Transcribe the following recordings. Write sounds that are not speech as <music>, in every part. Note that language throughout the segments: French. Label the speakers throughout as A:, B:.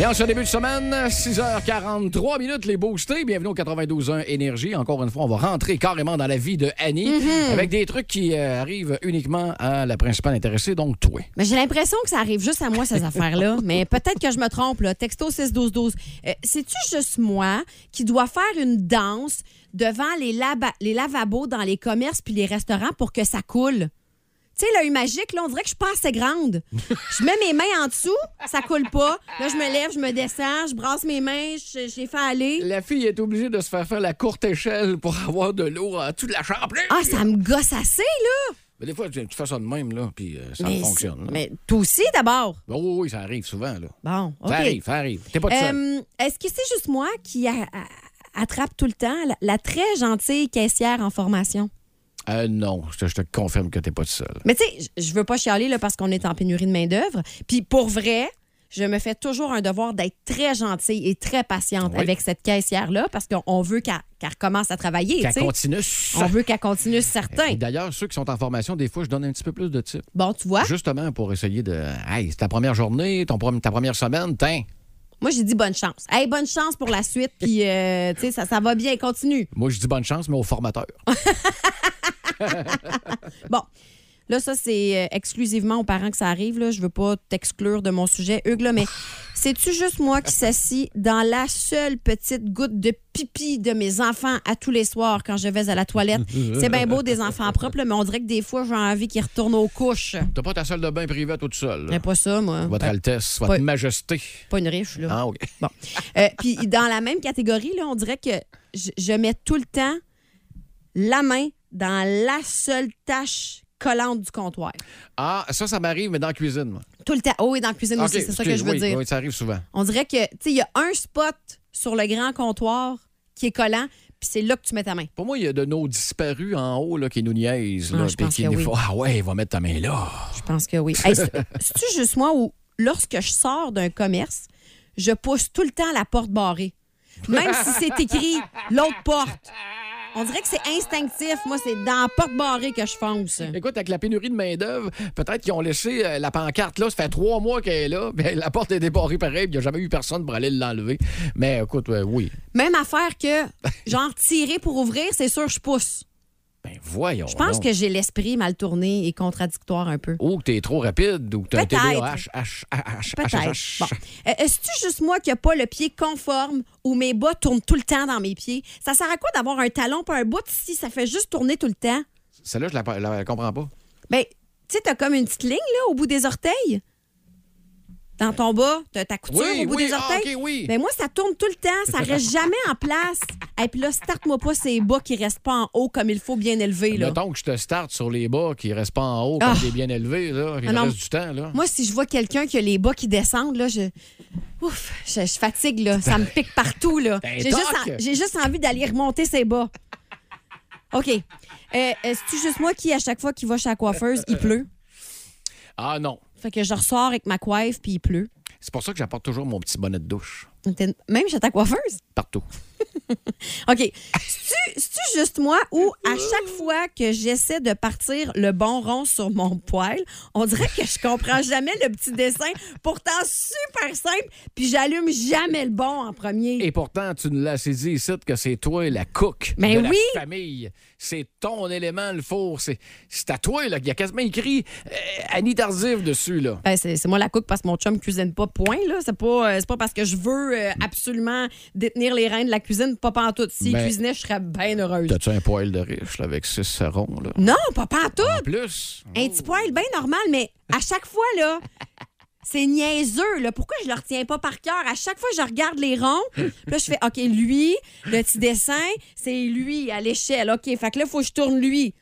A: Et en ce début de semaine, 6h43 minutes, les boostés. Bienvenue au 92.1 Énergie. Encore une fois, on va rentrer carrément dans la vie de Annie
B: Mm-hmm.
A: avec des trucs qui euh, arrivent uniquement à la principale intéressée, donc toi.
B: Mais j'ai l'impression que ça arrive juste à
A: <laughs>
B: moi, ces affaires-là. Mais peut-être que je me trompe, là. Texto 6-12-12. Euh, C'est-tu juste moi qui dois faire une danse devant les, laba- les lavabos dans les commerces puis les restaurants pour que ça coule? Tu sais, l'œil magique, là, on dirait que je suis pas assez grande. Je mets mes mains en dessous, ça coule pas. Là, je me lève, je me descends, je brasse mes mains, je, je les fais aller.
A: La fille est obligée de se faire faire la courte échelle pour avoir de l'eau à toute la chambre.
B: Ah, ça me gosse assez, là!
A: Mais des fois, tu tu fais ça de même, là, puis euh, ça
B: Mais
A: fonctionne.
B: c'est-
A: là.
B: Mais toi aussi, d'abord.
A: Oh, oui, oui, ça arrive souvent, là.
B: Bon, OK.
A: Ça arrive, ça arrive. T'es pas tout seul.
B: Euh, Est-ce que c'est juste moi qui a- a- attrape tout le temps la, la très gentille caissière en formation?
A: Euh, non, je te, je te confirme que t'es pas tout seul.
B: Mais tu sais, je- je veux pas chialer là, parce qu'on est en pénurie de main-d'œuvre. Puis pour vrai, je me fais toujours un devoir d'être très gentille et très patiente
A: Oui.
B: avec cette caissière-là parce qu'on on veut qu'elle qu'elle recommence à travailler.
A: Qu'elle
B: tu sais.
A: continue.
B: On veut qu'elle continue
A: Et
B: certain.
A: D'ailleurs, ceux qui sont en formation, des fois, je donne un petit peu plus de tips.
B: Bon, tu vois,
A: Justement pour essayer de. Hey, c'est ta première journée, ton prom- ta première semaine, tiens.
B: moi j'ai dit bonne chance. Hey, bonne chance pour la suite. Puis euh, tu sais, ça, ça va bien, continue.
A: Moi, je dis bonne chance, mais au formateur.
B: Bon. Là, ça, c'est euh, exclusivement aux parents que ça arrive. Là. Je veux pas t'exclure de mon sujet,
A: <laughs>
B: Hugues, là, mais c'est-tu juste moi qui s'assis dans la seule petite goutte de pipi de mes enfants à tous les soirs quand je vais à la
A: <laughs>
B: toilette? C'est bien beau des enfants propres, là, mais on dirait que des fois, j'ai envie qu'ils retournent aux couches.
A: T'as pas ta salle de bain privée toute seule. là.
B: Mais pas ça, moi.
A: Votre
B: Pas-
A: Altesse, votre
B: Ouais.
A: Majesté.
B: Pas une riche, là.
A: Ah, OK.
B: Bon. Euh, Puis dans la même catégorie, là, on dirait que je, je mets tout le temps la main dans la seule tâche collante du comptoir.
A: Ah, ça, ça m'arrive, mais dans la cuisine. moi.
B: Tout le temps. Oh, et dans la cuisine
A: OK,
B: aussi, c'est ça que
A: excuse,
B: je veux
A: oui,
B: dire.
A: Oui, ça arrive souvent.
B: On dirait que, tu sais, il y a un spot sur le grand comptoir qui est collant, puis c'est là que tu mets ta main.
A: Pour moi, il y a de nos disparus en haut là, qui nous niaisent. Là,
B: Ah, je
A: puis
B: pense
A: qui
B: que
A: nous
B: oui.
A: font, Ah ouais, va mettre ta main là.
B: Je pense que oui. Hey, c'est- C'est-tu juste moi ou lorsque je sors d'un commerce, je pousse tout le temps la porte barrée, même si c'est écrit l'autre porte. On dirait que c'est instinctif. Moi, c'est dans la porte barrée que je fonce.
A: Écoute, avec la pénurie de main-d'œuvre, peut-être qu'ils ont laissé euh, la pancarte là. Ça fait trois mois qu'elle est là. <laughs> mais la porte est débarrée pareil. puis Il n'y a jamais eu personne pour aller l'enlever. Mais écoute, euh, oui.
B: Même affaire que, genre, tirer pour ouvrir, c'est sûr, je pousse.
A: Ben voyons.
B: Je pense que j'ai l'esprit mal tourné et contradictoire un peu.
A: Ou que t'es trop rapide, ou que t'as un
B: Peut-être.
A: TDAH. H, H, H, H,
B: Peut-être. Bon.
A: H.
B: Euh, Est-ce juste moi qui a pas le pied conforme ou mes bas tournent tout le temps dans mes pieds? Ça sert à quoi d'avoir un talon pas un bout si ça fait juste tourner tout le temps?
A: Celle-là, je la, la- la comprends pas.
B: Ben, tu sais, t'as comme une petite ligne là, au bout des orteils. Dans ton bas, t'as ta couture
A: Oui,
B: au bout
A: oui,
B: des
A: ah,
B: orteils.
A: ok, oui.
B: Ben moi, ça tourne tout le temps, ça reste jamais
A: <laughs>
B: en place. Et puis là, starte-moi pas ces bas qui restent pas en haut comme il faut bien élevé. Là.
A: Mettons que je te starte sur les bas qui restent pas en haut,
B: Ah.
A: comme des bien élevés, là. Il
B: Ah non.
A: reste du temps, là.
B: Moi, si je vois quelqu'un qui a les bas qui descendent, là, je. Ouf, je, je fatigue, là. Ça me pique partout, là.
A: Ben,
B: J'ai
A: toc!
B: juste, en- j'ai juste envie d'aller remonter ses bas. OK. Euh, Est-ce-tu juste moi qui, à chaque fois qu'il va chez la coiffeuse, il pleut?
A: Ah non.
B: Fait que je ressors avec ma coiffe, puis il pleut.
A: C'est pour ça que j'apporte toujours mon petit bonnet de douche.
B: Même chez ta coiffeuse?
A: Partout.
B: OK. C'est-tu c'est-tu juste moi ou à chaque fois que j'essaie de partir le bon rond sur mon poil, on dirait que je comprends jamais le petit dessin, pourtant super simple, puis j'allume jamais le bon en premier.
A: Et pourtant, tu nous l'as saisi ici que c'est toi la cook
B: Mais
A: de
B: Ben oui.
A: la famille. C'est ton élément, le four. C'est c'est à toi, là. Il y a quasiment écrit euh, Annie Tardif dessus, là.
B: Ben, c'est c'est moi la cook parce que mon chum cuisine pas point là, c'est pas euh, c'est pas parce que je veux veut euh, absolument détenir les reins de la cuisine, pas pantoute. S'il
A: Ben,
B: cuisinait, je serais bien heureuse.
A: T'as-tu un poil de riche là, avec six sarons? Là?
B: Non, pas pantoute!
A: En plus,
B: Un petit poil bien normal, mais à chaque fois, là, c'est niaiseux. Là. Pourquoi je le retiens pas par cœur? À chaque fois, je regarde les ronds. Puis là, je fais OK, lui, le petit dessin, c'est lui à l'échelle. OK, fait que là, il faut que je tourne lui.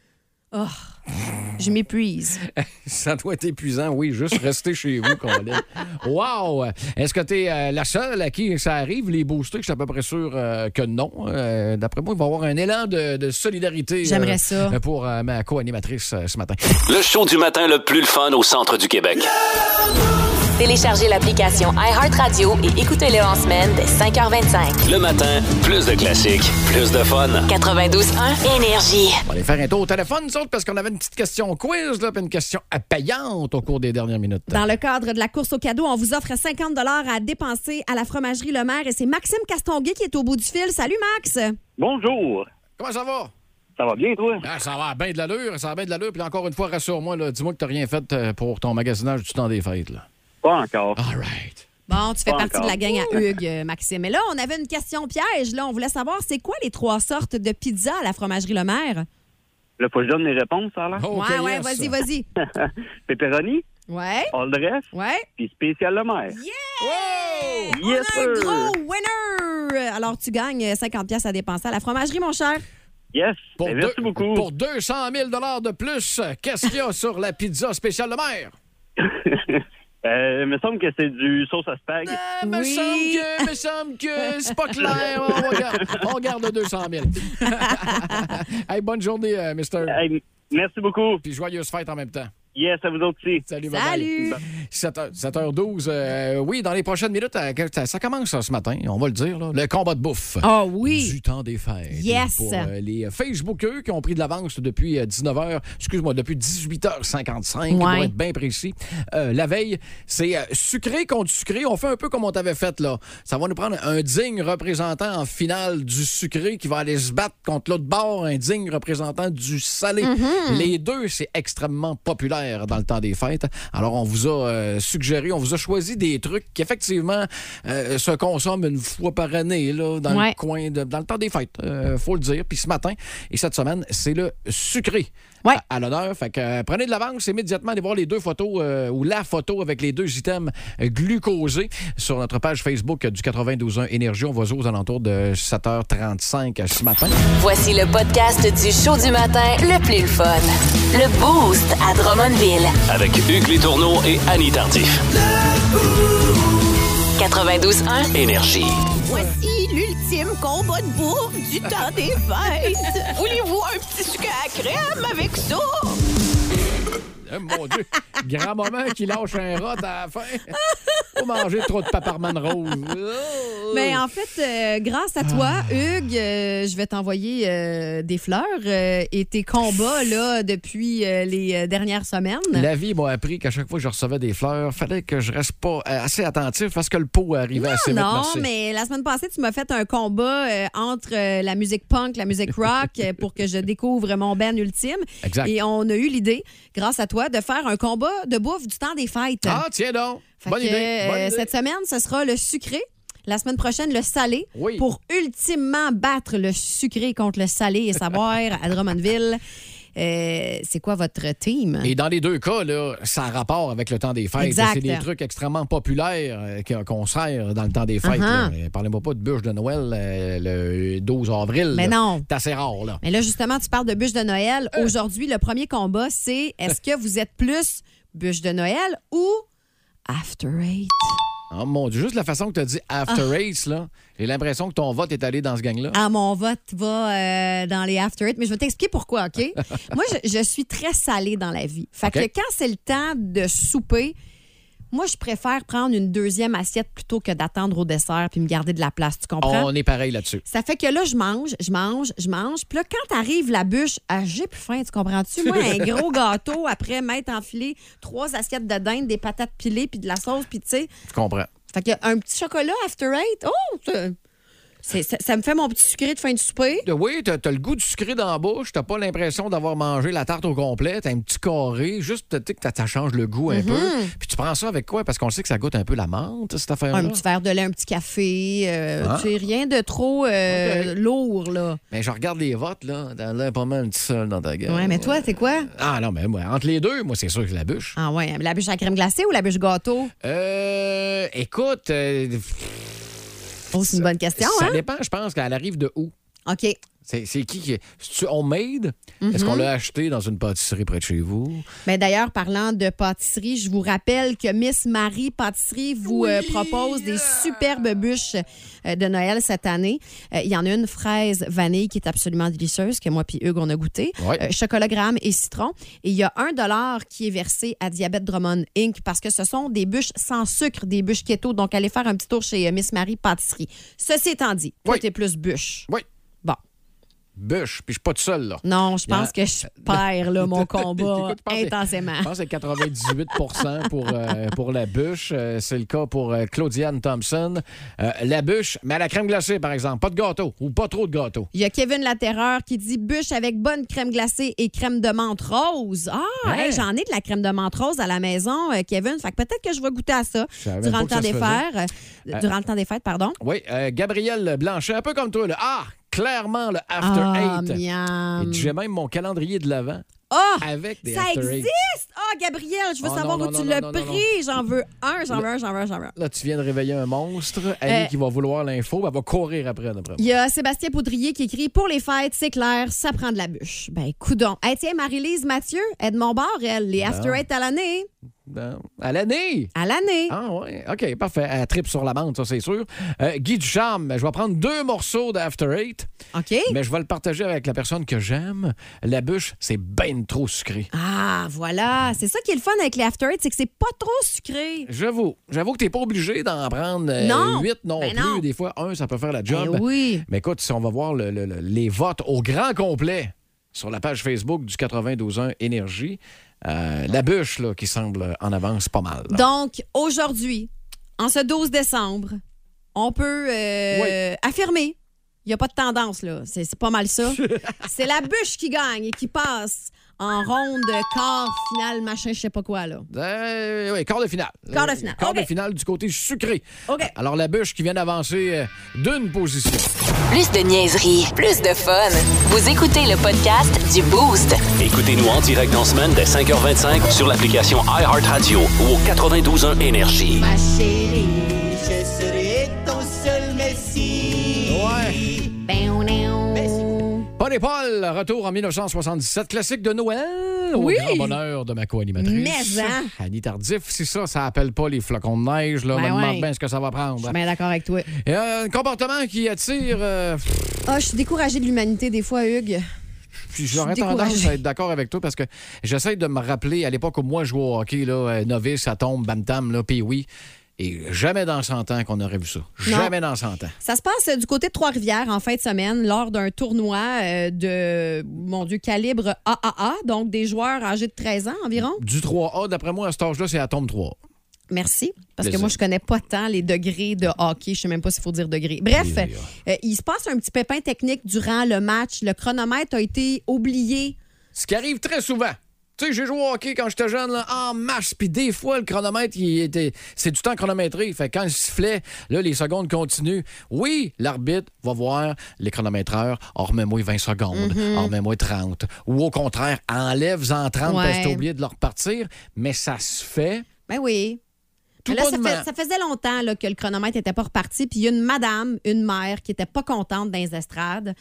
B: Oh, je m'épuise.
A: <laughs> ça doit être épuisant, oui, juste rester chez vous, Colin. Wow! Est-ce que t'es euh, la seule à qui ça arrive, les boostés? Je suis à peu près sûr euh, que non. Euh, D'après moi, il va y avoir un élan de, de solidarité. euh,
B: J'aimerais ça.
A: Pour euh, ma co-animatrice euh, ce matin.
C: Le show du matin le plus le fun au centre du Québec.
D: Téléchargez l'application iHeartRadio et écoutez-le en semaine dès 5h25.
C: Le matin, plus de classiques, plus de fun.
D: 92.1 Énergie.
A: On va aller faire un tour au téléphone, nous autres, parce qu'on avait une petite question quiz, là, puis une question payante au cours des dernières minutes.
B: Dans le cadre de la course au cadeau, on vous offre 50 à dépenser à la fromagerie Le Maire et c'est Maxime Castonguay qui est au bout du fil. Salut, Max!
E: Bonjour.
A: Comment ça va?
E: Ça va bien, toi?
A: Ah, ça va bien de l'allure, ça va bien de l'allure. Puis encore une fois, rassure-moi, là, dis-moi que t'as rien fait euh, pour ton magasinage du temps des fêtes. Là.
E: Pas encore.
A: All right.
B: Bon, tu fais
E: Pas
B: partie de
E: encore.
B: la gang à Hugues, euh, Maxime. Mais là, on avait une question piège. Là, on voulait savoir c'est quoi les trois sortes de pizza à la fromagerie Le Maire?
E: Là, faut que je donne mes réponses, ça, là.
A: OK,
B: ouais, ouais,
A: yes.
B: vas-y, vas-y.
E: <laughs> Pepperoni,
B: Ouais,
E: all dress,
B: ouais.
E: puis spécial le maire.
A: Wow!
B: On
E: Yes,
B: a un
E: sir.
B: gros winner! Alors, tu gagnes 50 pièces à dépenser à la fromagerie, mon cher.
E: Yes.
A: Pour,
E: Ben,
A: deux-
E: merci beaucoup.
A: pour 200 000 de plus, qu'est-ce qu'il y a sur la pizza spéciale de mer?
E: <laughs> Euh, il me semble que c'est du sauce à spag.
A: Euh, me
B: Oui.
A: semble que, me semble que c'est pas clair. On va regarder- on regarde 200 000.
B: <laughs>
A: hey, bonne journée, euh, mister.
E: Hey, merci beaucoup.
A: Puis joyeuse fête en même temps.
E: Yes, à vous autres aussi.
A: Salut, bye-bye.
B: Salut!
A: 7h, 7h12. euh, oui, dans les prochaines minutes, euh, ça- ça commence ça, ce matin, on va le dire, là, le combat de bouffe.
B: Ah oui!
A: Du temps des fêtes.
B: Yes.
A: Pour euh, les Facebookers qui ont pris de l'avance depuis euh, 19h, excuse-moi, depuis 18h55, pour
B: Ouais.
A: être bien précis. Euh, la veille, c'est euh, sucré contre sucré. On fait un peu comme on t'avait fait là. Ça va nous prendre un digne représentant en finale du sucré qui va aller se battre contre l'autre bord, un digne représentant du salé.
B: Mm-hmm.
A: Les deux, c'est extrêmement populaire dans le temps des fêtes. Alors, on vous a euh, suggéré, on vous a choisi des trucs qui, effectivement, euh, se consomment une fois par année, là, dans
B: Ouais.
A: le coin de- dans le temps des fêtes, euh, faut le dire. Puis ce matin et cette semaine, c'est le sucré
B: Ouais.
A: à, à l'honneur. Fait que euh, prenez de l'avance immédiatement, allez voir les deux photos euh, ou la photo avec les deux items euh, glucosés sur notre page Facebook euh, du 92.1 Énergie. On va jouer aux alentours de 7h35 ce matin.
D: Voici le podcast du show du matin le plus le fun. Le Boost à Drummondville.
C: Avec Hugues Létourneau et Annie Tardif.
D: 92.1.
C: Énergie.
F: Voici l'ultime combat de bourre du temps des fêtes.
E: <laughs>
F: Voulez-vous un petit sucre à crème avec ça?
A: Euh, mon
B: <laughs>
A: Dieu, grand-maman qui lâche un rot à la fin. Faut manger trop de paparman rose.
B: Mais en fait, euh, grâce à
A: Ah.
B: toi, Hugues, euh, je vais t'envoyer euh, des fleurs euh, et tes combats là, depuis euh, les euh, dernières semaines.
A: La vie m'a appris qu'à chaque fois que je recevais des fleurs, fallait que je reste pas euh, assez attentif parce que le pot arrivait assez vite.
B: Ah, Non,
A: merci.
B: mais la semaine passée, tu m'as fait un combat euh, entre euh, la musique punk, la musique rock, euh, pour que je découvre mon band ultime.
A: Exact.
B: Et on a eu l'idée, grâce à toi, de faire un combat de bouffe du temps des fêtes.
A: Ah, tiens donc.
B: Fait
A: bonne
B: que,
A: idée. bonne
B: euh,
A: idée.
B: Cette semaine, ce sera le sucré. La semaine prochaine, le salé.
A: Oui.
B: Pour ultimement battre le sucré contre le salé et savoir à Drummondville, euh, c'est quoi votre team?
A: Et dans les deux cas, là, ça a rapport avec le temps des fêtes.
B: Exact.
A: C'est des trucs extrêmement populaires euh, qu'on- qu'on sert dans le temps des fêtes. là.
B: Uh-huh.
A: Et Parlez-moi pas de bûche de Noël euh, le 12 avril.
B: Mais
A: là.
B: non.
A: C'est assez rare, là.
B: Mais là, justement, tu parles de bûche de Noël.
A: Euh.
B: Aujourd'hui, le premier combat, c'est est-ce que vous êtes plus bûche de Noël ou After Eight?
A: Oh mon Dieu, juste la façon que tu as dit After Race, là, j'ai l'impression que ton vote est allé dans ce gang-là.
B: Ah, mon vote va euh, dans les After Eight, mais je vais t'expliquer pourquoi,
A: <laughs>
B: OK? moi, je, je suis très salée dans la vie. Fait
A: OK.
B: que quand c'est le temps de souper, moi, je préfère prendre une deuxième assiette plutôt que d'attendre au dessert puis me garder de la place, tu comprends?
A: On est pareil là-dessus.
B: Ça fait que là, je mange, je mange, je mange. Puis là, quand arrive la bûche, ah, j'ai plus faim, tu comprends-tu? Moi,
A: <laughs>
B: un gros gâteau, après m'être enfilé trois assiettes de dinde, des patates pilées, puis de la sauce, puis tu sais.
A: Je comprends.
B: Fait que un petit chocolat after eight, oh, c'est- C'est- Ça, ça me fait mon petit sucré de fin de souper.
A: De- Oui, t'as as le goût du sucré dans la bouche, t'as pas l'impression d'avoir mangé la tarte au complet, t'as un petit carré, juste tu sais, que ça- ça change le goût
B: Mm-hmm.
A: un peu. Puis tu prends ça avec quoi? Parce qu'on sait que ça goûte un peu la menthe, cette affaire-là.
B: Un petit verre de lait, un petit café. euh,
A: Ah.
B: tu sais, rien de trop euh, lourd, là.
A: Mais je regarde les votes, là, t'en as pas mal un petit seul dans ta gueule.
B: Ouais, mais toi, c'est quoi?
A: Ah non, mais moi, entre les deux, moi, c'est sûr que la bûche.
B: Ah ouais, la bûche à crème glacée ou la bûche gâteau?
A: Euh, écoute, euh,
B: Oh, c'est une bonne question,
A: ça
B: hein?
A: dépend, je pense, qu'elle arrive de où?
B: OK.
A: C'est c'est qui qui. C'est-tu homemade? Est-ce
B: Mm-hmm.
A: qu'on l'a acheté dans une pâtisserie près de chez vous?
B: Mais d'ailleurs, parlant de pâtisserie, je vous rappelle que Miss Marie Pâtisserie vous euh, propose des superbes bûches euh, de Noël cette année. Euh, Il y en a une fraise vanille qui est absolument délicieuse, que moi puis Hugues, on a goûté.
A: Ouais.
B: Euh, chocolat gramme et citron. Et il y a un dollar qui est versé à Diabète Drummond Inc. parce que ce sont des bûches sans sucre, des bûches keto. Donc, allez faire un petit tour chez euh, Miss Marie Pâtisserie. Ceci étant dit, toi,
A: Oui.
B: t'es plus bûche.
A: Oui,
B: Bon.
A: bûche, puis je suis pas tout seul, là.
B: Non, je
A: Il y en
B: pense
A: a-
B: que je perds
A: <laughs>
B: là, mon combat
A: Écoute, je pense que-
B: intensément.
A: Je pense que 98 pour, euh, pour la bûche. Euh, c'est le cas pour euh, Claudiane Thompson. Euh, la bûche, mais à la crème glacée, par exemple. Pas de gâteau ou pas trop de gâteau.
B: Il y a Kevin La Terreur qui dit bûche avec bonne crème glacée et crème de menthe rose. Ah,
A: Hein?
B: hey, j'en ai de la crème de menthe rose à la maison, euh, Kevin. Fait que peut-être que je vais goûter à ça
A: savais même
B: durant
A: pas
B: le
A: que
B: temps
A: ça
B: des
A: se
B: fêtes. euh, durant le temps des fêtes, pardon.
A: Oui, euh, Gabriel Blanchet, un peu comme toi, le Ah, clairement le After
B: ah,
A: Eight.
B: miam.
A: Et J'ai même mon calendrier de l'avant
B: Ah,
A: avec des
B: ça
A: After Eight.
B: existe! Ah, Gabriel, je veux
A: Oh,
B: savoir
A: non,
B: où
A: non,
B: tu
A: non,
B: l'as
A: non, non, non.
B: pris. J'en veux un, j'en veux un, j'en veux un, j'en veux un.
A: Là, tu viens de réveiller un monstre. Annie
B: Euh,
A: qui va vouloir l'info, ben, elle va courir après, d'après moi.
B: Il y a Sébastien Poudrier qui écrit Pour les fêtes, c'est clair, ça prend de la bûche. Ben, coudon. Hey, tiens, Marie-Lise Mathieu, Edmond Barre, elle,
A: Ah.
B: les After Eight à l'année.
A: Non. À l'année!
B: À l'année.
A: Ah ouais, OK, parfait. Elle tripe sur la menthe, ça, c'est sûr. Euh, Guy Ducharme, je vais prendre deux morceaux d'After Eight,
B: OK?
A: mais je vais le partager avec la personne que j'aime. La bûche, c'est ben trop sucré.
B: Ah, voilà. C'est ça qui est le fun avec les After Eight, c'est que c'est pas trop sucré.
A: J'avoue, j'avoue que t'es pas obligé d'en prendre euh,
B: Non.
A: huit non
B: Ben
A: plus.
B: non.
A: Des fois, un, ça peut faire la job.
B: Ben oui.
A: Mais écoute, si on va voir le- le- le- les votes au grand complet sur la page Facebook du 92.1 Énergie, euh, la bûche là, qui semble en avance pas mal. là.
B: Donc, aujourd'hui, en ce 12 décembre, on peut euh, affirmer. Il n'y a pas de tendance, là. C'est c'est pas mal ça. c'est la bûche qui gagne et qui passe en ronde, quart, finale, machin, je sais pas quoi, là.
A: Euh, oui, quart de finale.
B: Quart de finale,
A: Quart
B: OK.
A: de finale du côté sucré.
B: OK.
A: Alors la bûche qui vient d'avancer euh, d'une position.
D: Plus de niaiserie, plus de fun. Vous écoutez le podcast du Boost.
C: Écoutez-nous en direct en semaine dès 5h25 sur l'application iHeartRadio ou au 92.1 Énergie.
B: Ma chérie.
G: Je serai ton seul messie.
A: Ouais.
B: Ben, on est on.
A: Paul et Paul, retour en 1977, classique de Noël.
B: Oui.
A: Au grand bonheur de ma co-animatrice.
B: Mais, hein.
A: Annie Tardif, si ça, ça appelle pas les flocons de neige, là,
B: Ben
A: me demande
B: ouais. Ben.
A: bien ce que ça va
B: Je
A: prendre.
B: suis bien d'accord avec toi.
A: Et, euh, un comportement qui attire. euh, pff,
B: Ah, je suis découragée de l'humanité des fois, Hugues.
A: puis j'aurais
B: suis
A: tendance
B: découragée.
A: à être d'accord avec toi parce que j'essaie de me rappeler à l'époque où moi je jouais au hockey, là, euh, novice, ça tombe, bam tam, là, puis oui. Et jamais dans 100 ans qu'on aurait vu ça. Jamais dans 100 ans.
B: Ça se passe euh, du côté de Trois-Rivières en fin de semaine lors d'un tournoi euh, de, mon Dieu, calibre AAA, donc des joueurs âgés de 13 ans environ.
A: Du 3A, d'après moi, à cet âge-là, c'est la tombe 3.
B: Merci, parce que
A: Plaisir.
B: moi, je connais pas tant les degrés de hockey. Je sais même pas s'il faut dire degrés. Bref,
A: Plaisir.
B: euh, il se passe un petit pépin technique durant le match. Le chronomètre a été oublié.
A: Ce qui arrive très souvent. Tu sais, j'ai joué au hockey quand j'étais jeune, là, en masse, puis des fois, le chronomètre, il était... c'est du temps chronométré. Fait que quand le sifflet, là, les secondes continuent. Oui, l'arbitre va voir les chronométreurs, « remets-moi 20 secondes,
B: Mhm.
A: Oh, remets-moi 30 », ou au contraire, « enlève-en 30 parce
B: Ouais.
A: que t'as oublié de leur repartir », mais ça se fait
B: Ben oui.
A: tout
B: Mais là, ça,
A: bonnement.
B: fait- ça faisait longtemps là, que le chronomètre n'était pas reparti. Puis il y a une madame, une mère, qui était pas contente dans les estrades.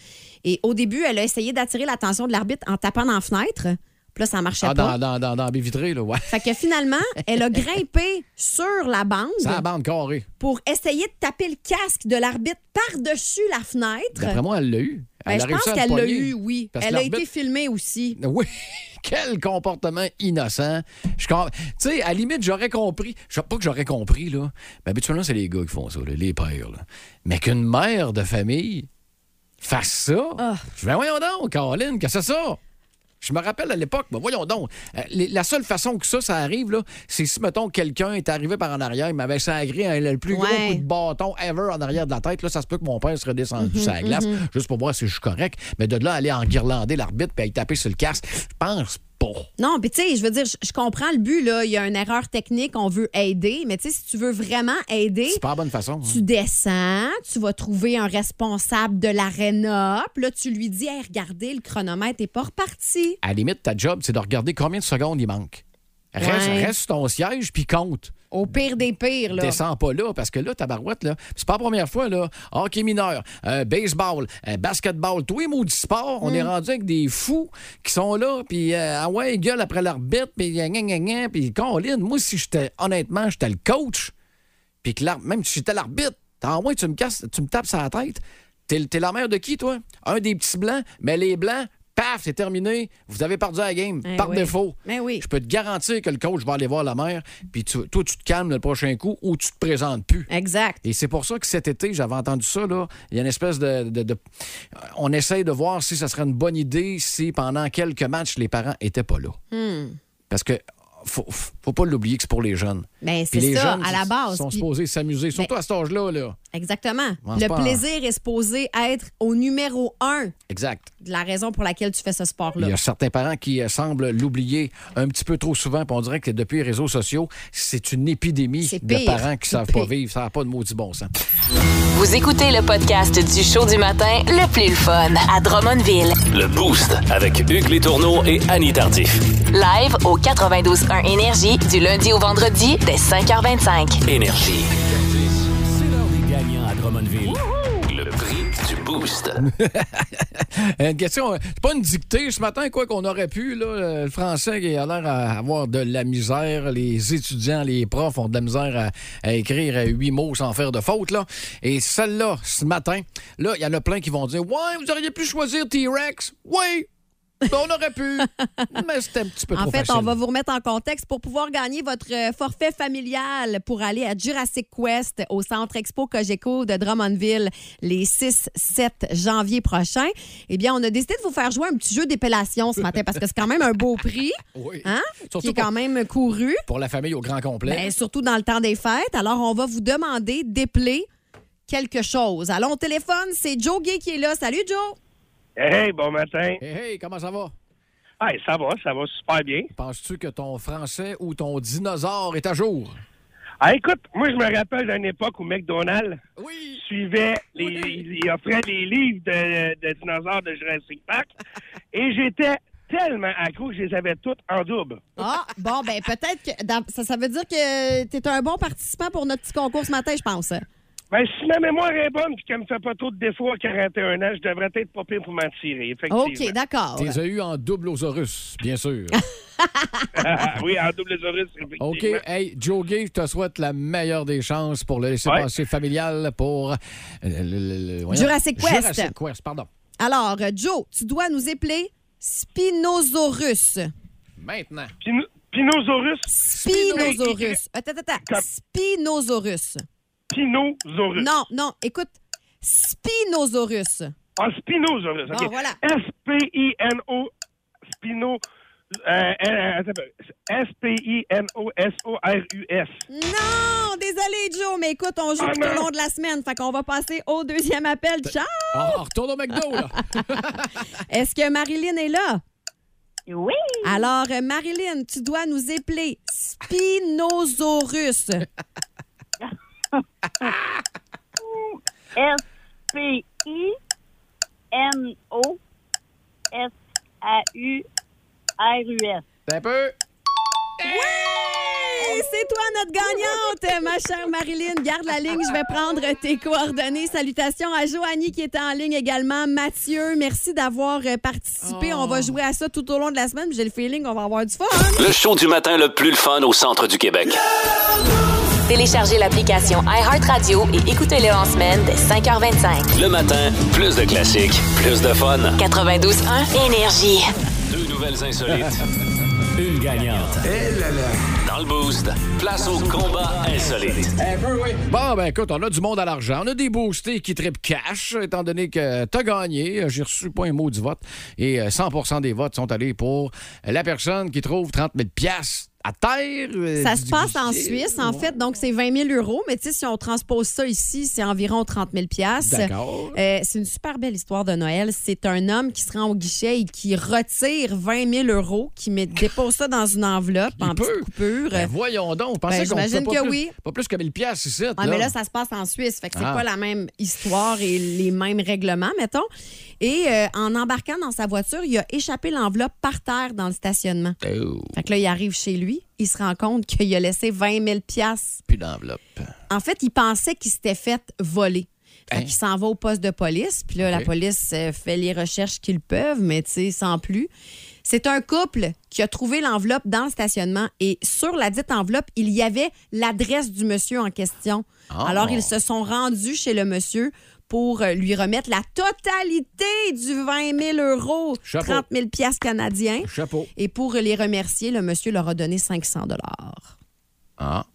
B: Et au début, elle a essayé d'attirer l'attention de l'arbitre en tapant dans la fenêtre. Puis là, ça marchait
A: Ah, dans,
B: pas.
A: dans, dans, dans la baie vitrée, là,
B: <laughs>
A: ouais.
B: Fait que finalement,
A: <laughs>
B: elle a grimpé sur la bande
A: Ça la bande carrée.
B: pour essayer de taper le casque de l'arbitre par-dessus la fenêtre.
A: D'après moi, elle l'a eu.
B: Ben,
A: Elle a
B: je
A: réussi
B: pense
A: à le
B: qu'elle l'a
A: pogner.
B: eu, oui.
A: Parce que
B: Elle a
A: l'arbitre-
B: été filmée aussi.
A: <laughs> Oui, quel comportement innocent. Je com- Tu sais, à la limite, j'aurais compris. Je pas que j'aurais compris, là. Mais habituellement, c'est les gars qui font ça, là, les pères. là. Mais qu'une mère de famille fasse ça.
B: Ah.
A: Je vais, voyons donc, Caroline, qu'est-ce que c'est ça? Je me rappelle à l'époque, ben voyons donc, euh, les- la seule façon que ça, ça arrive, là, c'est si, mettons, quelqu'un est arrivé par en arrière, il m'avait sangré un- le plus gros
B: Ouais.
A: coup de bâton ever en arrière de la tête. Là, ça se peut que mon père serait
B: Mhm,
A: descendu sur la glace, juste pour voir si je suis correct. Mais de là, à aller en guirlander l'arbitre puis aller taper sur le casque, je pense pas.
B: Non, puis tu sais, je veux dire, je- je comprends le but, là. Il y a une erreur technique, on veut aider, mais tu sais, si tu veux vraiment aider,
A: C'est pas la bonne façon. hein.
B: tu descends, tu vas trouver un responsable de l'aréna, puis là, tu lui dis, hey, regardez, le chronomètre est pas reparti.
A: À la limite, ta job, c'est de regarder combien de secondes il manque. Reste,
B: Ouais.
A: reste sur ton siège puis compte.
B: Au pire des pires, là.
A: Descends pas là, parce que là, ta barouette, là, c'est pas la première fois, là. Hockey mineur, euh, baseball, euh, basketball, tous les maudits sports, on est
B: Mm.
A: rendu avec des fous qui sont là, puis euh, ah ouais, ils gueulent après l'arbitre, puis gna, gna, gna, gna, puis Colin, moi, si j'étais, honnêtement, j'étais le coach, puis que l'arbitre, même si j'étais l'arbitre, en moins, tu me casses, tu me tapes sur la tête. T'es t'es la mère de qui, toi? Un des petits blancs, mais les blancs, paf, c'est terminé. Vous avez perdu la game,
B: Eh
A: par
B: oui.
A: défaut.
B: Eh oui.
A: Je peux te garantir que le coach va aller voir la mère, puis tu- toi, tu te calmes le prochain coup ou tu te présentes plus.
B: Exact.
A: Et c'est pour ça que cet été, j'avais entendu ça, là. Il y a une espèce de, de- de- On essaye de voir si ça serait une bonne idée si pendant quelques matchs, les parents étaient pas là.
B: Hmm.
A: Parce que. Faut, faut pas l'oublier que c'est pour les jeunes.
B: Ben,
A: Puis
B: c'est
A: les
B: ça,
A: jeunes
B: à la base.
A: sont
B: Puis- ben
A: supposés s'amuser, surtout à cet âge-là. Là.
B: Exactement.
A: pense
B: Le
A: pas à-
B: plaisir est supposé être au numéro un
A: Exact.
B: de la raison pour laquelle tu fais ce sport-là.
A: Il y a certains parents qui euh, semblent l'oublier un petit peu trop souvent, puis on dirait que depuis les réseaux sociaux, c'est une épidémie
B: C'est
A: de
B: pire.
A: parents qui
B: C'est <laughs>
A: savent pas
B: pire.
A: vivre. Ça n'a pas de maudit bon sens.
D: Vous écoutez le podcast du show du matin le plus le fun à Drummondville.
C: Le Boost avec Hugues Létourneau et Annie Tardif.
D: Live au 92.1 Énergie du lundi au vendredi dès 5h25.
C: Énergie. C'est l'heure des gagnants à Drummondville. Le prix du Boost.
A: Euh, Une question, euh, c'est pas une dictée ce matin, quoi qu'on aurait pu. Là, euh, le français qui a l'air à avoir de la misère, les étudiants, les profs ont de la misère à, à écrire euh, huit mots sans faire de faute. Là. Et celle-là, ce matin, là, il y en a plein qui vont dire Ouais, vous auriez pu choisir T-Rex. Oui, ben, on aurait
B: <laughs>
A: pu. mais c'était un petit peu
B: En
A: trop
B: fait,
A: facile.
B: on va vous remettre en contexte pour pouvoir gagner votre euh, forfait familial pour aller à Jurassic Quest au Centre Expo Cogeco de Drummondville les 6-7 janvier prochain. Eh bien, on a décidé de vous faire jouer un petit jeu d'épellation ce matin parce que c'est quand même un
A: <laughs>
B: beau prix,
A: Oui.
B: hein, qui
A: Surtout
B: est quand
A: pour-
B: même couru,
A: Pour la famille au grand complet.
B: ben, surtout dans le temps des fêtes. Alors, on va vous demander d'épeler quelque chose. Allons au téléphone, c'est Joe Gay qui est là. Salut Joe!
E: Hey, bon matin.
A: Hey, hey, comment ça va?
E: Hey, ça va, ça va super bien.
A: Penses-tu que ton français ou ton dinosaure est à jour?
E: Ah, écoute, moi, je me rappelle d'une époque où McDonald's
A: Oui.
E: suivait, les, il- il offrait les livres de, de dinosaures de Jurassic Park. et j'étais tellement accro que je les avais toutes en double.
B: Ah, bon, ben peut-être que dans- ça, ça veut dire que tu es un bon participant pour notre petit concours ce matin, je pense.
E: Ben, si ma mémoire est bonne et qu'elle me fait pas trop de défauts à 41 ans, je devrais être pas pire pour m'en tirer, effectivement.
B: OK, d'accord.
A: Tu les as eu en double osaurus, bien
B: <laughs>
A: sûr.
E: <laughs> oui, en double Zorus, effectivement.
A: OK. Hey, Joe je te souhaite la meilleure des chances pour le laisser-passer familial pour euh, le- le- le- voyons.
B: Jurassic Quest.
A: Jurassic Quest, pardon.
B: Alors, euh, Joe, tu dois nous épeler Spinosaurus.
A: Maintenant.
E: Pino- Pinosaurus,
B: Spinosaurus. Attends, attends, attends.
E: Comme- Mm.
B: Spinosaurus.
E: Pinosaurus.
B: Non, non, écoute. Spinosaurus.
E: Ah, Spinosaurus.
B: Bon,
E: OK.
B: voilà.
E: S-P-I-N-O. Spino. euh, euh, attends un peu. S-P-I-N-O-S-O-R-U-S.
B: Non, désolé, Joe, mais écoute, on joue
E: Ah,
B: tout
E: non.
B: au long de la semaine. Fait qu'on va passer au deuxième appel. Ciao!
A: On, on retourne au McDo, là.
B: Est-ce que Marilyn est là?
F: Oui.
B: Alors, euh, Marilyn, tu dois nous épeler Spinosaurus.
F: S-P-I-N-O-S-A-U-R-U-S.
A: T'as un peu.
B: Hey, c'est toi notre gagnante, ma chère Marilyn. Garde la ligne, je vais prendre tes coordonnées. Salutations à Joanie qui est en ligne également. Mathieu, merci d'avoir euh, participé. On va jouer à ça tout au long de la semaine. J'ai le feeling, on va avoir du fun.
C: Le show du matin le plus le fun au centre du Québec.
D: Téléchargez l'application iHeartRadio et écoutez-le en semaine dès 5h25.
C: Le matin, plus de classiques, plus de fun.
D: 92.1 Énergie.
C: Deux nouvelles insolites. <laughs> une gagnante. Dans le boost, place au combat insolite.
A: Bon, ben écoute, on a du monde à l'argent. On a des boostés qui tripent cash, étant donné que t'as gagné. Euh, J'ai reçu pas un mot du vote. Et euh, 100 des votes sont allés pour la personne qui trouve 30 000 piastres à terre. euh,
B: Ça
A: du
B: se passe en
A: boostier.
B: Suisse, en
A: Ouais.
B: fait. Donc, c'est 20 000 euros. Mais tu sais, si on transpose ça ici, c'est environ 30 000
A: D'accord.
B: Euh, c'est une super belle histoire de Noël. C'est un homme qui se rend au guichet et qui retire 20 000 euros, qui met, dépose ça dans une enveloppe
A: Il
B: en
A: peut.
B: petite coupure.
A: Ben, voyons donc.
B: Ben,
A: Pensez qu'on
B: j'imagine
A: fait pas
B: que
A: plus,
B: oui.
A: Pas plus que 1000 piastres ici.
B: Ouais, mais là, ça se passe en Suisse. Fait que c'est
A: Ah.
B: pas la même histoire et les mêmes règlements, mettons. Et euh, en embarquant dans sa voiture, il a échappé l'enveloppe par terre dans le stationnement.
A: Oh,
B: Fait que là, il arrive chez lui, il se rend compte qu'il a laissé 20 000
A: plus d'enveloppe.
B: En fait, il pensait qu'il s'était fait voler. Fait
A: Hein?
B: qu'il s'en va au poste de police, puis là,
A: OK.
B: la police euh, fait les recherches qu'ils peuvent, mais tu sais, sans plus. C'est un couple qui a trouvé l'enveloppe dans le stationnement et sur la dite enveloppe, il y avait l'adresse du monsieur en question.
A: Ah.
B: Alors, ils se sont rendus chez le monsieur pour euh, lui remettre la totalité du 20 000 euros,
A: Chapeau.
B: 30 000 piastres canadiens.
A: Chapeau.
B: Et pour les remercier, le monsieur leur a donné 500 dollars.
A: Ah,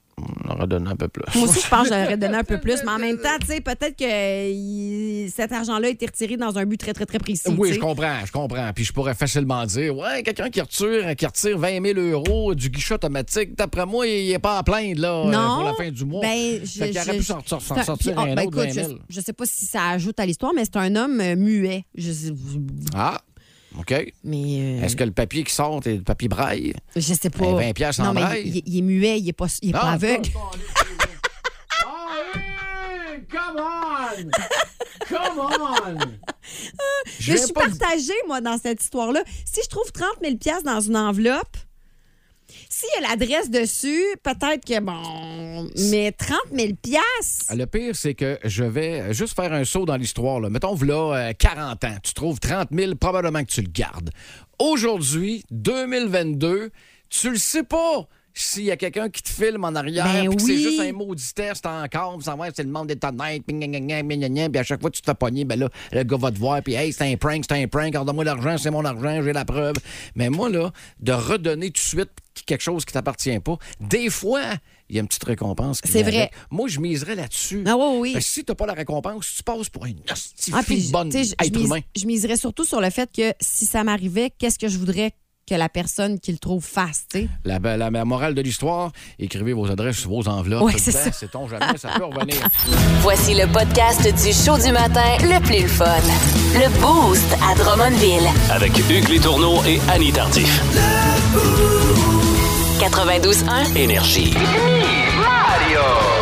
A: on aurait donné un peu plus.
B: Moi aussi, je pense que j'aurais donné un peu plus, mais en même temps, tu sais, peut-être que euh, il- cet argent-là a été retiré dans un but très, très, très précis.
A: Oui,
B: tu
A: je
B: sais.
A: comprends, je comprends. Puis je pourrais facilement dire, ouais, quelqu'un qui retire, qui retire 20 000 euros du guichet automatique, d'après moi, il n'est pas à plaindre là, euh,
B: Non.
A: pour la fin du mois.
B: Ben, je,
A: fait qu'il aurait
B: je-
A: pu s'en sortir, s'en
B: c'est un-
A: sortir
B: puis, ah,
A: un
B: ben,
A: autre 20
B: écoute,
A: 000.
B: je, je sais pas si ça ajoute à l'histoire, mais c'est un homme euh, muet. Je sais-
A: Ah, OK.
B: mais euh,
A: Est-ce que le papier qui sort est le papier braille?
B: je sais pas.
A: Ben, 20 piastres en
B: non, mais
A: braille.
B: il, il- il est muet, il est pas, il est pas
A: Ah,
B: aveugle.
A: Come on! Come on!
B: Mais je suis partagée, moi, dans cette histoire-là. Si je trouve 30 000 piastres dans une enveloppe, s'il y a l'adresse dessus, peut-être que, bon... Mais 30 000
A: <laughs>
B: piastres?
A: Le pire, c'est que je vais juste faire un saut dans l'histoire. là. Mettons, voilà euh, 40 ans, tu trouves 30 000, probablement que tu le gardes. Aujourd'hui, 2022, tu le sais pas s'il y a quelqu'un qui te filme en arrière,
B: Ben
A: puis que c'est
B: oui.
A: juste un maudit test encore, puis ça va, c'est le monde des tonnettes, puis gna, gna, gna, gna, gna, gna, puis à chaque fois que tu te fais pogner, ben là, le gars va te voir, puis hey, c'est un prank, c'est un prank, donne-moi l'argent, c'est mon argent, j'ai la preuve. Mais moi, là, de redonner tout de suite quelque chose qui t'appartient pas, des fois, il y a une petite récompense. qui
B: C'est
A: vient
B: vrai.
A: avec. Moi, je miserais là-dessus.
B: Ah oui, oui.
A: Parce que si t'as pas la récompense, tu passes pour un hostie
B: Ah, puis,
A: de bonne
B: tu sais, je- je
A: être
B: mise-
A: humain.
B: Je miserais surtout sur le fait que si ça m'arrivait, qu'est-ce que je voudrais que la personne qui le trouve fasse, tu sais?
A: La, ben, la- la morale de l'histoire, écrivez vos adresses sur vos enveloppes.
B: Ouais,
A: tout le
B: c'est
A: temps.
B: ça.
A: Sait-on jamais, ça peut
B: <laughs>
A: revenir.
D: Voici le podcast du show du matin le plus fun. Le Boost à Drummondville.
C: Avec Hugues Létourneau et Annie Tardif.
D: 92.1.
C: Énergie. Mario!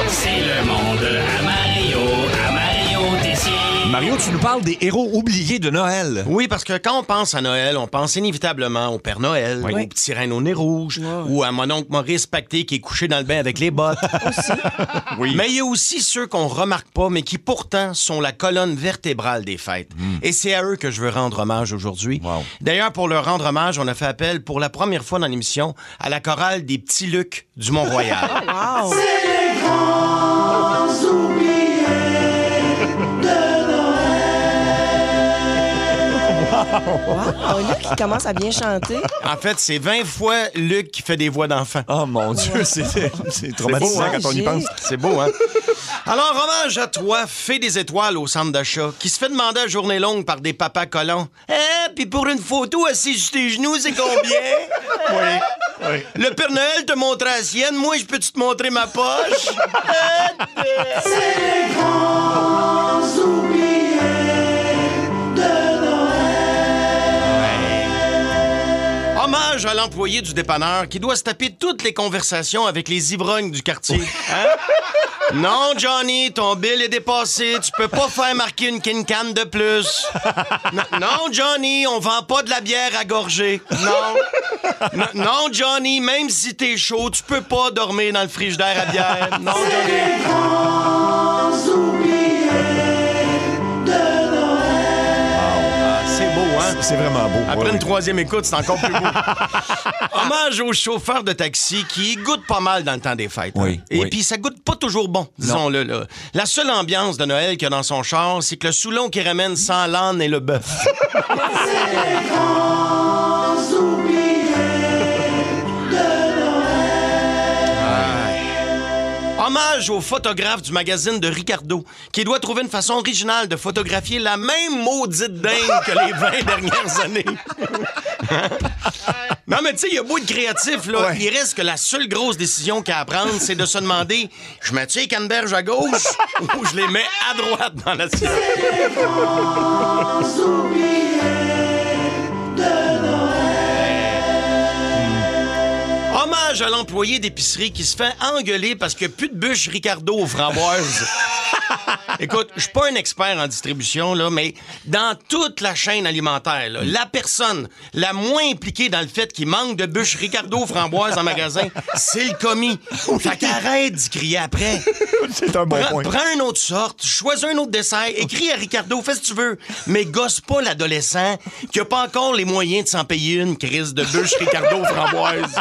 C: C'est le monde à Mario, à Mario Tessier.
H: Mario, tu nous parles des héros oubliés de Noël.
G: Oui, parce que quand on pense à Noël, on pense inévitablement au Père Noël, au petit reine au nez rouge, ou à mon oncle Maurice Pacté qui est couché dans le bain avec
I: <laughs>
G: les bottes. <laughs> Mais il y a aussi ceux qu'on remarque pas, mais qui pourtant sont la colonne vertébrale des fêtes. Et c'est à eux que je veux rendre hommage aujourd'hui.
H: Hmm. Wow.
G: D'ailleurs, pour leur rendre hommage, on a fait appel pour la première fois dans l'émission à la chorale des petits Lucs
I: <laughs>
G: du Mont-Royal.
I: Oh, Oh, là, qui commence à bien chanter.
G: En fait, c'est 20 fois Luc qui fait des voix d'enfant.
H: Oh mon Dieu, c'est c'est traumatisant
I: beau, hein,
H: quand on y
I: Gilles?
H: pense.
G: C'est beau, hein? Alors, hommage à toi, fée des étoiles au centre d'achat, qui se fait demander à journée longue par des papas collants. Eh, puis pour une photo assise sur tes genoux, c'est combien?
H: <laughs> Oui, oui.
G: Le Père Noël te montre la sienne, moi, je peux-tu te montrer ma poche? Hommage à l'employé du dépanneur qui doit se taper toutes les conversations avec les ivrognes du quartier. Hein? Non, Johnny, ton bill est dépassé. Tu peux pas faire marquer une quincaine de plus. Non, non, Johnny, on vend pas de la bière à gorger. Non. Non, non, Johnny, même si t'es chaud, tu peux pas dormir dans le frigidaire à bière. Non, Johnny. Ah, C'est beau, hein?
H: C'est vraiment beau.
G: Après
H: Ouais,
G: une
H: oui.
G: troisième écoute, c'est encore plus beau. Hommage aux chauffeurs de taxi qui goûtent pas mal dans le temps des fêtes.
H: Oui,
G: hein. Et
H: oui.
G: puis ça goûte pas toujours bon, disons-le. là. La seule ambiance de Noël qu'il y a dans son char, c'est que le soulon qui ramène sans l'âne et le Ah. bœuf. Hommage au photographe du magazine de Ricardo, qui doit trouver une façon originale de photographier la même maudite dingue que les 20 <laughs> dernières années. <laughs> Non, mais tu sais, il y a beau de créatif, là. Il reste que la seule grosse décision qu'il y a à prendre, c'est de se demander je mets les canneberges à gauche ou je les mets à droite dans la l'assiette? Mm. Hommage à l'employé d'épicerie qui se fait engueuler parce qu'il n'y a plus de bûche Ricardo aux framboises. Écoute, je suis pas un expert en distribution, là, mais dans toute la chaîne alimentaire, là, la personne la moins impliquée dans le fait qu'il manque de bûches Ricardo aux framboises en magasin, c'est le commis. Fait qu'arrête d'y crier après.
J: C'est un bon
K: Ben,
G: prends,
J: point.
G: prends une autre sorte, choisis un autre dessert, écris à Ricardo, fais ce que tu veux, mais gosse pas l'adolescent qui a pas encore les moyens de s'en payer une crise de bûche Ricardo aux framboises.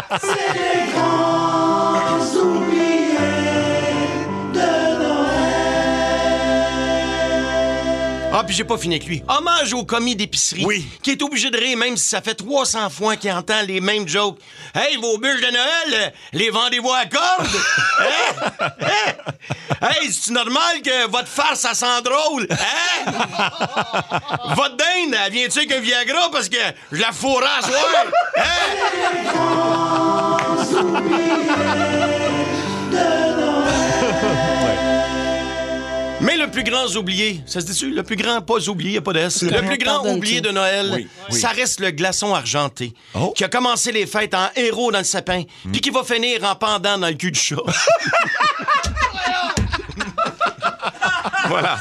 G: Ah, puis j'ai pas fini avec lui. Hommage au commis d'épicerie. Qui est obligé de rire, même si ça fait 300 fois qu'il entend les mêmes jokes. Hey, vos bûches de Noël, euh, les vendez-vous à cordes? hein? Hein? <laughs> Hey, c'est normal que votre farce, ça sent drôle?
J: <laughs>
G: Hein? votre dinde, elle vient-tu avec un Viagra parce que je la fourrais
J: <laughs>
G: à soir? Hein? Mais le plus grand oublié, ça se dit-tu? Le plus grand pas oublié, y a pas de S.
J: Le
G: Le
J: grand
G: plus grand
J: pardon,
G: oublié
J: ok.
G: de Noël,
J: Oui, oui. Oh.
G: ça reste le glaçon argenté, qui a commencé les fêtes en héros dans le sapin,
J: Hmm.
G: puis qui va finir en pendant dans le cul
J: <laughs>
G: du chat. voilà.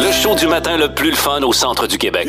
C: Le show du matin le plus le fun au centre du Québec.